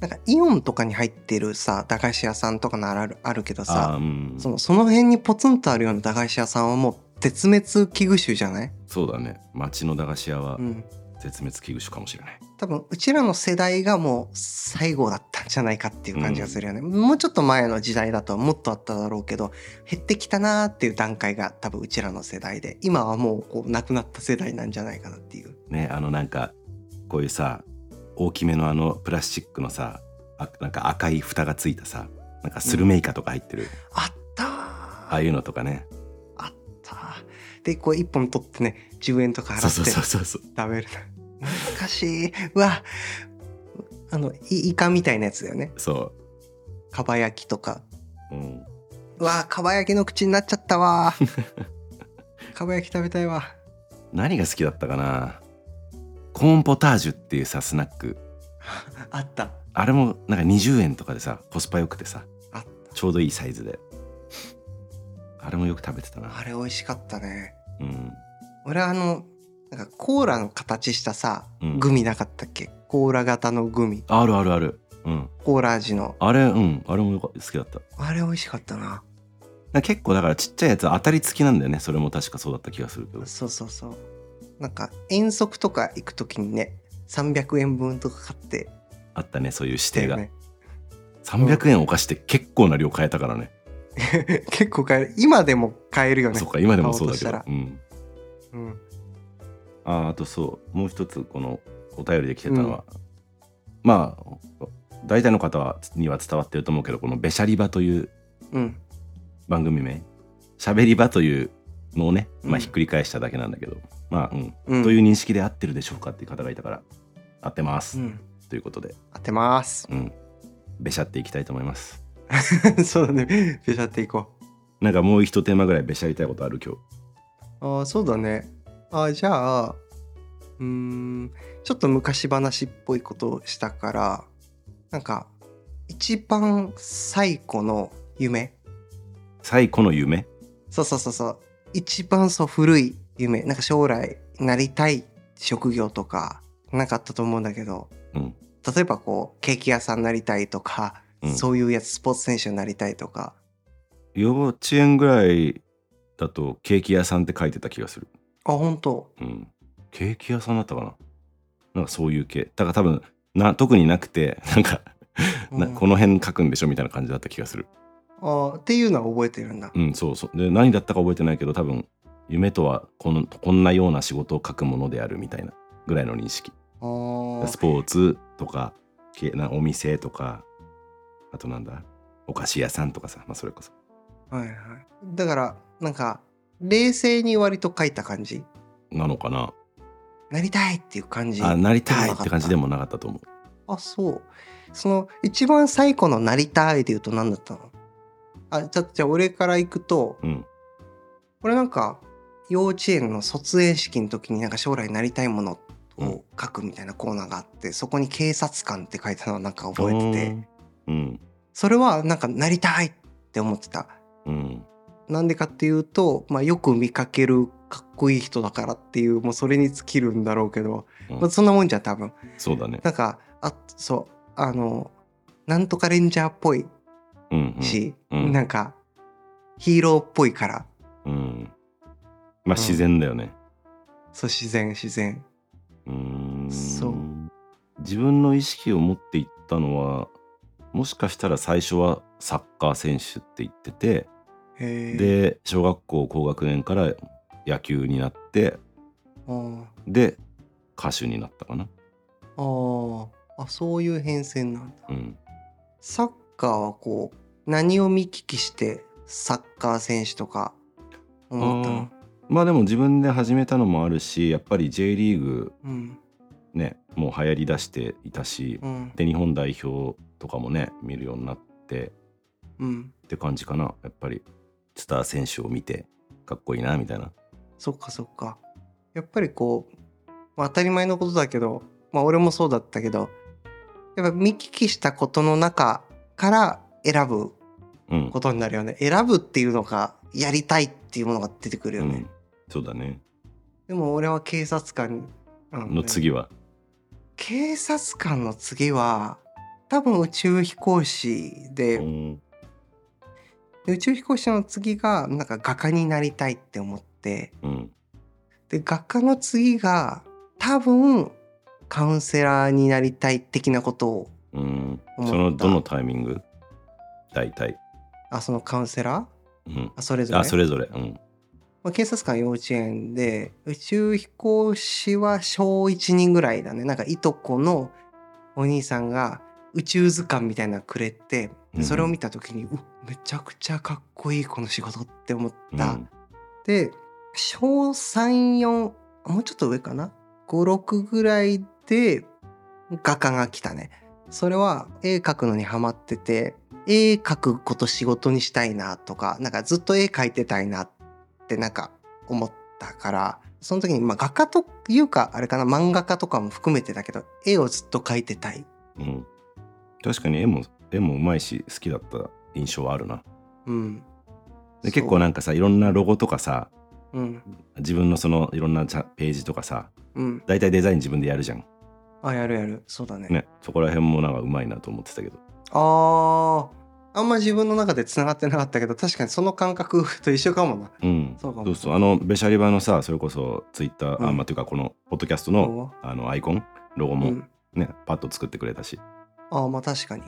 なんかイオンとかに入ってるさ駄菓子屋さんとかならあるあるけど
ああ
さ
うん
そのその辺にポツンとあるような駄菓子屋さんはもう絶滅危惧種じゃない、
そうだね町の駄菓子屋は
うん、
絶滅危惧種かもしれない、
多分うちらの世代がもう最後だったんじゃないかっていう感じがするよね、もうちょっと前の時代だともっとあっただろうけど減ってきたなーっていう段階が多分うちらの世代で今はもうこうなくなった世代なんじゃないかなっていう
ねあのなんかこういうさ大きめのあのプラスチックのさあなんか赤い蓋がついたさなんかスルメイカとか入ってる、
あったー
ああいうのとかね
あったーでこう1本取ってね10円とか
そ
払っ
うそう
て
そうそうそう
食べるな懐かしいうわあのいイカみたいなやつだよね
そ
かば焼きとか
う、うん、
うわかば焼きの口になっちゃった わかば焼き食べたいわ
何が好きだったかなコーンポタージュっていうさスナック
あった
あれもなんか20円とかでさコスパ良くてさ
あっ
ちょうどいいサイズであれもよく食べてたな
あれ美味しかったね
うん
俺はあのなんかコーラの形したさ、
うん
グミなかったっけコーラ型のグミ
あるあるあるうん
コーラ味の
あれうんあれもよか好きだった
あれ美味しかったな
なんか結構だからちっちゃいやつ当たり付きなんだよねそれも確かそうだった気がするけど
そうそうそうなんか遠足とか行く時にね300円分とか買って
あったねそういう指
た
定
よ
が、
ね
300円お菓子って結構な量買えたからね
結構買える今でも買えるよね
そっか今でもそうだけ
買おう
ど
とし
うん
たらうん
あーあとそうもう一つこのお便りで来てたのは、まあ大体の方はには伝わってると思うけどこの「べしゃり場」という
うん
番組名「しゃべり場」というのをね、ま
う
あ、
ん
ひっくり返しただけなんだけど、まあうん
うん
という認識で合ってるでしょうかっていう方がいたから合ってま
う
す、
ん
ということで
当てます
うんべしゃっていきたいと思います
そうだねペシャっていこ
なんかもう一テーマぐらいべしゃりたいことある今日
うああそうだねあーじゃあうーんちょっと昔話っぽいことをしたからなんか一番最古の夢
最古の夢
そうそうそうそう一番そう古い夢なんか将来なりたい職業とかなんかあったと思うんだけど
うん
例えばこうケーキ屋さんになりたいとか、
うん
そういうやつスポーツ選手になりたいとか
幼稚園ぐらいだとケーキ屋さんって書いてた気がする
あ本当
うん、ケーキ屋さんだったかななんかそういう系だから多分な特になくてなんか、な
うん
この辺書くんでしょみたいな感じだった気がする
あーっていうのは覚えてるんだ
うんそうそうで何だったか覚えてないけど多分夢とはこのこんなような仕事を書くものであるみたいなぐらいの認識
あー
スポーツとかけなお店とかあとなんだお菓子屋さんとかさ、まあ、それこそ
はいはいだからなんか冷静に割と書いた感じ
なのかな
なりたいっていう感じ
あなりたいって感じでもなかったと思う
あそうその一番最古のなりたいで言うと何だったのあじゃじゃあ俺から行くと
うん
俺なんか幼稚園の卒園式の時になんか将来なりたいもの
うん
を書くみたいなコーナーがあってそこに警察官って書いたのをなんか覚えてて
うん
それはなんかなりたいって思ってた
うん
なんでかっていうと、まあ、よく見かけるかっこいい人だからっていうもうそれに尽きるんだろうけど、
うん
まあ、そんなもんじゃん多分
そうだね。
なんかあそうあのなんとかレンジャーっぽい
うん、うん。
し、
うんうん
なんかヒーローっぽいから
うん、まあ自然だよね。
そう自然自然
うーん
そう
自分の意識を持っていったのはもしかしたら最初はサッカー選手って言ってて、
へえ
で小学校高学年から野球になって
あー
で歌手になったかな。
あーあそういう変遷なんだ
うん、
サッカーはこう何を見聞きしてサッカー選手とか思ったの
まあでも自分で始めたのもあるしやっぱり J リーグ
うん
ねもう流行りだしていたし、
うん
で日本代表とかもね見るようになって
うん
って感じかなやっぱりスター選手を見てかっこいいなみたいな
そっかそっかやっぱりこう、まあ、当たり前のことだけどまあ俺もそうだったけどやっぱ見聞きしたことの中から選ぶ
うん
ことになるよね選ぶっていうのがやりたいっていうものが出てくるよ
う
ね、
ん、そうだね
でも俺は警察官なで
の次は
警察官の次は多分宇宙飛行士で、
うん
で宇宙飛行士の次がなんか画家になりたいって思って
うん
で画家の次が多分カウンセラーになりたい的なことを
うん
思った
そのどのタイミング大体、
あそのカウンセラー
うん、
あそれぞれ
あそれぞれうん
まあ、警察官幼稚園で宇宙飛行士は小1人ぐらいだねなんかいとこのお兄さんが宇宙図鑑みたいなのくれてで
うん
それを見た時に、うめちゃくちゃかっこいいこの仕事って思っ
うん
た、で小34もうちょっと上かな56ぐらいで画家が来たねそれは絵描くのにハマってて絵描くこと仕事にしたいなとかなんかずっと絵描いてたいなってなんか思ったからその時にまあ画家というかあれかな漫画家とかも含めてだけど絵をずっと描いてたい
うん確かに絵も絵もうまいし好きだった印象はあるな
うん
で結構
な
なんかさいろんなロゴとかさ
うん
自分のそのいろんなチャページとかさ
うん
大体デザイン自分でやるじゃん
あやるやるそうだね
ねそこら辺もなんかうまいなと思ってたけど
あーあんま自分の中でつながってなかったけど確かにその感覚と一緒かもな。
うん、
そうかも
そうそうあのべしゃり場のさそれこそツイッター、
う
あ
ん
まあというかこのポッドキャストのあのアイコンロゴ
う
も、
ん、
ねパッと作ってくれたし、
ああまあ確かに。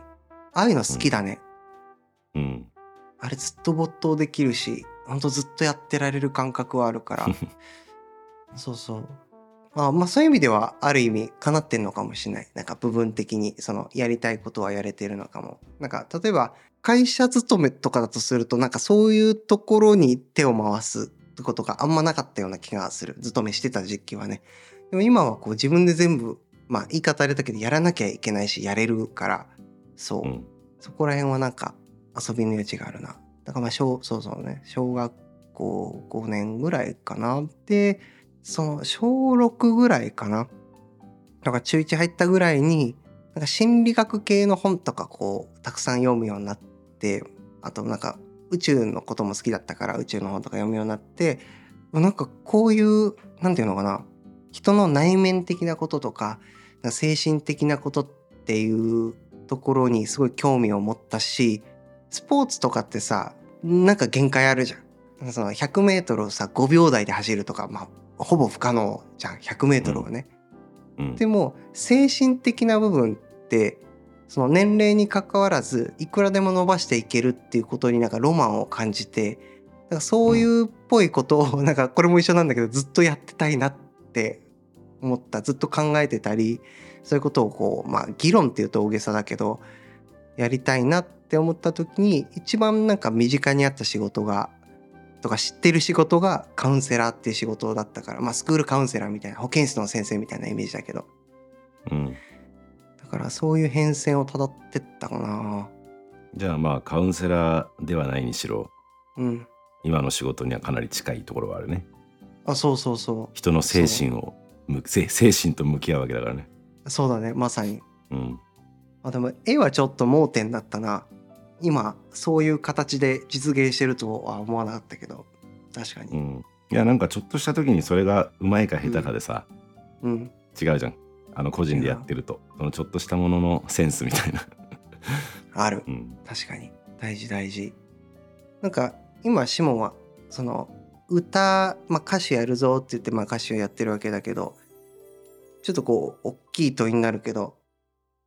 ああいうの好きだね。
うん、
あれずっと没頭できるしほんとずっとやってられる感覚はあるから そうそう。あーまあそういう意味ではある意味かなってんのかもしれないなんか部分的にそのやりたいことはやれてるのかもなんか例えば会社勤めとかだとするとなんかそういうところに手を回すってことがあんまなかったような気がする勤めしてた時期はねでも今はこう自分で全部まあ言い方あれだけどやらなきゃいけないしやれるからそう、
うん
そこら辺はなんか遊びの余地があるなだからまあ小そうそうね小学校5年ぐらいかなでその小6ぐらいかなだから中1入ったぐらいになんか心理学系の本とかこうたくさん読むようになってあとなんか宇宙のことも好きだったから宇宙の本とか読むようになってなんかこういうなんていうのかな人の内面的なこととかなんか精神的なことっていうところにすごい興味を持ったしスポーツとかってさなんか限界あるじゃん。なんかその 100m さ5秒台で走るとか、まあ、ほぼ不可能じゃん 100m はね。
うん
でも精神的な部分ってその年齢に関わらずいくらでも伸ばしていけるっていうことになんかロマンを感じてなんかそういうっぽいことを なんかこれも一緒なんだけどずっとやってたいなって思ったずっと考えてたりそういうことをこうまあ議論っていうと大げさだけどやりたいなって思った時に一番なんか身近にあった仕事がとか知ってる仕事がカウンセラーっていう仕事だったからまあスクールカウンセラーみたいな保健室の先生みたいなイメージだけど
うん
だからそういう変遷をたどってったかな
じゃあまあカウンセラーではないにしろ
うん
今の仕事にはかなり近いところはあるね
あそうそうそ
人の精神をむ精精神と向き合うわけだからね
うそうだねまさに
うん
あでも絵はちょっと盲点だったな今そういう形で実現してるとは思わなかったけど確か
う
に
んいやなんかちょっとした時にそれがうまいか下手かでさ、
うん。
違うじゃんあの個人でやってるとそのちょっとしたもののセンスみたいな、
ある。
うん、
確かに。大事大事。なんか、今、シモンは、その、歌、まあ、歌手やるぞって言って、まあ、歌手をやってるわけだけど、ちょっとこう、大きい問いになるけど、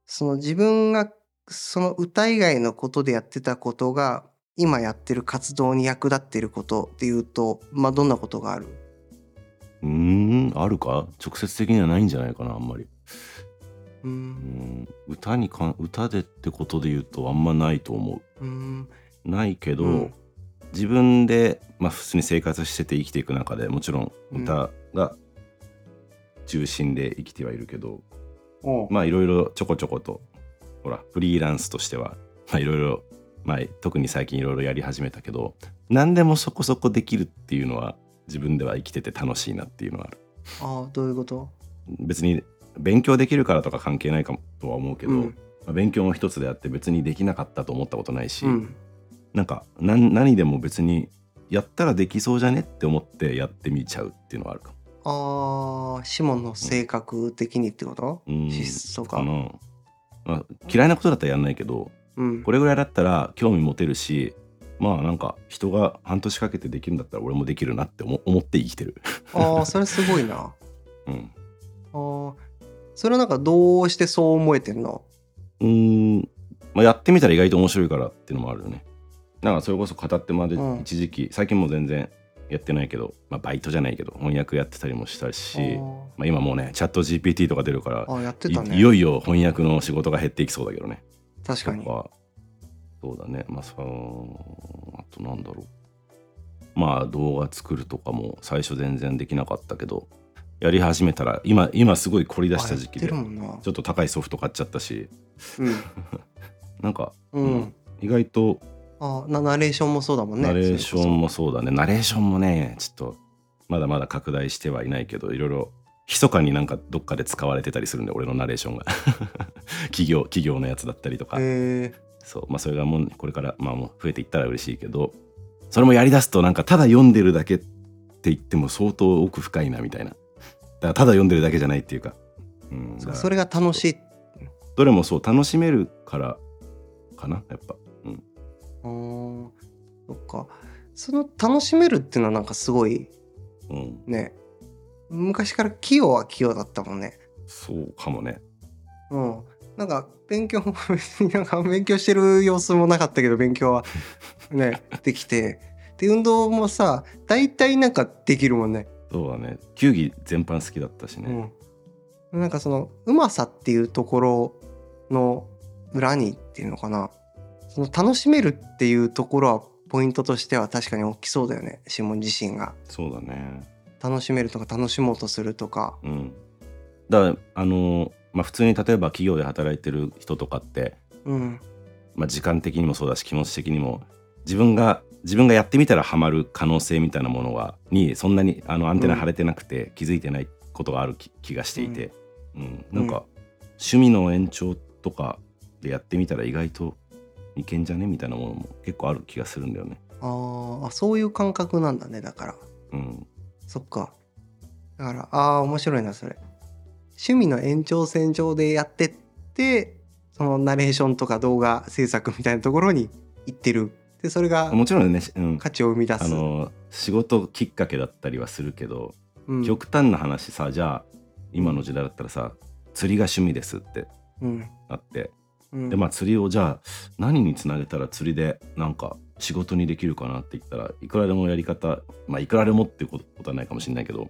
その自分が、その歌以外のことでやってたことが、今やってる活動に役立っていることっていうと、まあ、どんなことがある
うーんあるか直接的にはないんじゃないかなあんまり
う。
うんん歌にかん歌でってことで言うとあんまないと思
うん。
うないけど、
うん
自分で、まあ、普通に生活してて生きていく中でもちろん歌が中心で生きてはいるけど、
お
まあいろいろちょこちょことほらフリーランスとしてはまあいろいろ、まあ、特に最近いろいろやり始めたけど何でもそこそこできるっていうのは自分では生きてて楽しいなっていうのはある
ああ、どういうこと
別に勉強できるからとか関係ないかもとは思うけど、
うん
まあ勉強も一つであって別にできなかったと思ったことないし、
うん。
なんか何何でも別にやったらできそうじゃねって思ってやってみちゃうっていうのはあるかも。
ああ、シモンの性格的にってこと、
うん
資質とか
か。なまあ、嫌いなことだったらやんないけど
うん
これぐらいだったら興味持てるしまあなんか人が半年かけてできるんだったら俺もできるなって思思って生きてる。
ああ、それすごいな。あ
うん、
あ、それはなんかどうしてそう思えてんの
うーん、まあ、やってみたら意外と面白いからっていうのもあるよね。なんかそれこそ語ってまで
うん
一時期、最近もう全然やってないけど、まあ、バイトじゃないけど翻訳やってたりもしたし、まあ、今もうねチャット GPT とか出るから
あーあー、やってた
いい
ね。
よいよ翻訳の仕事が減っていきそうだけどね。
確かに
と。かそうだねまあそうあとなんだろうまあ動画作るとかも最初全然できなかったけどやり始めたら今今すごい凝り出した時期
あ
で
やっ
ち
て
ょ
るもんな。
っと高いソフト買っちゃったしなんか
うん。うん。
意外と
ああ、なナレーションもそうだもんね。
ナレーションもそうだねナレーションもねちょっとまだまだ拡大してはいないけどいろいろ密かになんかどっかで使われてたりするんで俺のナレーションが 企業企業のやつだったりとか
それこそ。へえ
そう、まあ、それがもうこれから、まあ、もう増えていったら嬉しいけどそれもやりだすとなんかただ読んでるだけって言っても相当奥深いなみたいなだからただ読んでるだけじゃないっていうか,、うん、だ
そ
か
う
ら
それが楽しい。
どれもそう楽しめるからかなやっぱ
あーそっか。その楽しめるっていうのはなんかすごい
うん
ね。昔から器用は器用だったもんね。
そうかもね
うん、なんか勉強も 別になんか勉強してる様子もなかったけど勉強はねできてで運動もさ大体なんかできるもんね、
そうだね球技全般好きだったしね、
うん、なんかそのうまさっていうところの裏にっていうのかなその楽しめるっていうところはポイントとしては確かに大きそうだよねシモン自身が
そうだね
楽しめるとか楽しもうとするとか
うんだからあのまあ普通に例えば企業で働いてる人とかって
うん
まあ、時間的にもそうだし気持ち的にも自分が自分がやってみたらハマる可能性みたいなものはにそんなにあのアンテナ
うん
張れてなくて、気づいてないことがある気気がしていて、うんなんか、趣味の延長とかでやってみたら意外といけんじゃねみたいなものも結構ある気がするんだよね。
あーあそういう感覚なんだねだから
うん、
そっか。だから、ああ、面白いな、それ。趣味の延長線上でやってって、そのナレーションとか動画制作みたいなところに行ってる。で、それが
もちろんね、しうん、
価値を生み出す。
あの仕事きっかけだったりはするけど、
うん、
極端な話さじゃあ今の時代だったらさ釣りが趣味ですって
うん。
なって
うん、
でまあ釣りをじゃあ何につなげたら釣りでなんか仕事にできるかなって言ったらいくらでもやり方まあいくらでもってことことはないかもしれないけど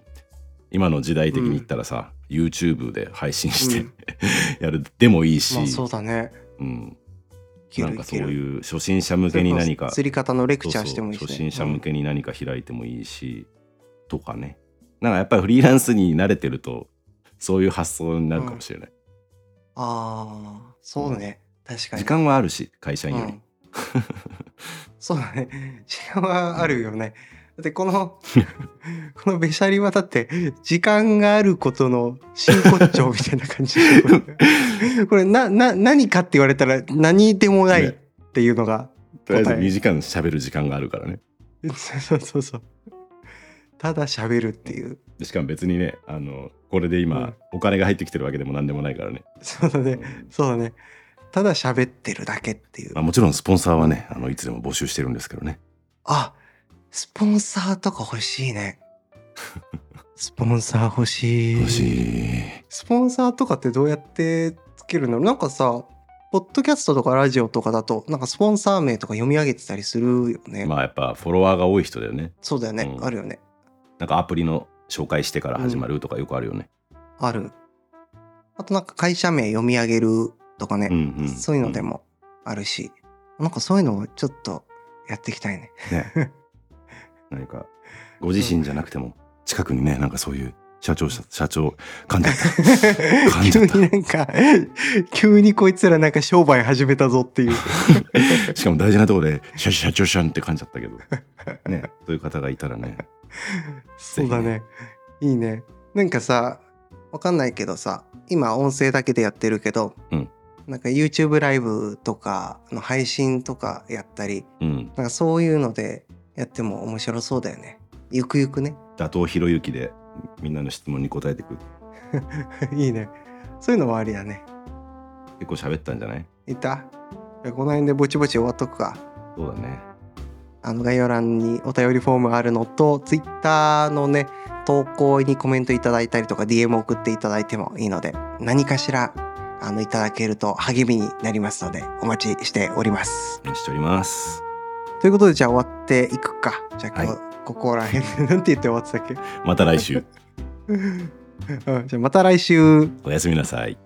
今の時代的に言ったらさ、YouTube で配信して、
うん
やるでもいいし、
まあ、そうだね。
うん、
いけ
な
る
んかそう
ける
いう初心者向けに何か
釣り方のレク
そ
チャ
うそう
ーしてもいいし、ね。
初心者向けに何か開いてもいいし、とかねなんかやっぱりフリーランスに慣れてるとそういう発想になるかもしれない、
うんああ、そうね。確かに。
時間はあるし会社員より、
うん、 そうだね時間はあるよね、だってこ のこのべしゃりはだって時間があることの真骨頂みたいな感じ これなな何かって言われたら何でもない
ね
っていうのが、
とりあえず
答え
2時間喋る時間があるからね
そうそうそうただ喋るっていう。
でしかも別にねあのこれで今、
うん
お金が入ってきてるわけでも何でもないからね、
そうだね。そうだね。ただ喋ってるだけっていう
まあ、。もちろんスポンサーはねあのいつでも募集してるんですけどね
あ、スポンサーとか欲しい ね。スポンサー欲しい。
欲しい
スポンサーとかってどうやってつけるのなんかさ、ポッドキャストとかラジオとかだと、なんかスポンサー名とか読み上げてたりするよね。
まあやっぱフォロワーが多い人だよね
そうだよね、
うん
あるよね。
なんかアプリの紹介してから始まるとかよくあるよね、
ある。あとなんか会社名読み上げるとかね。
うんうん
そういうのでもあるし、なんかそういうのをちょっとやっていきたいね。
ね何かご自身じゃなくても近くにねなんかそういう社長社社長感じゃっ たじち
急
ゃった
になんか、急にこいつらなんか商売始めたぞっていう。
しかも大事なところで社社長シャンって感じちゃったけどねそういう方がいたらね
そうだね。いいね。なんかさ、わかんないけどさ、今音声だけでやってるけど、
うん
なんか YouTube ライブとかの配信とかやったり、
うん
なんかそういうのでやっても面白そうだよね。ゆくゆくね。
打倒ひろゆきでみんなの質問に答えてくる
いいね。そういうのもありだね。
結構喋ったんじゃない
いたじゃあこの辺でぼちぼち終わっとくか。
そうだね
あの概要欄にお便りフォームあるのと、ツイッターのね、投稿にコメントいただいたりとか、DM を送っていただいてもいいので、何かしら、あの、いただけると励みになりますので、お待ちしております。
お待ちしております
ということで、じゃあ終わっていくか。じゃあ今日、
は
ここら辺で、なんて言って終わってたっけ
また来週
うんじゃあまた来週。
おやすみなさい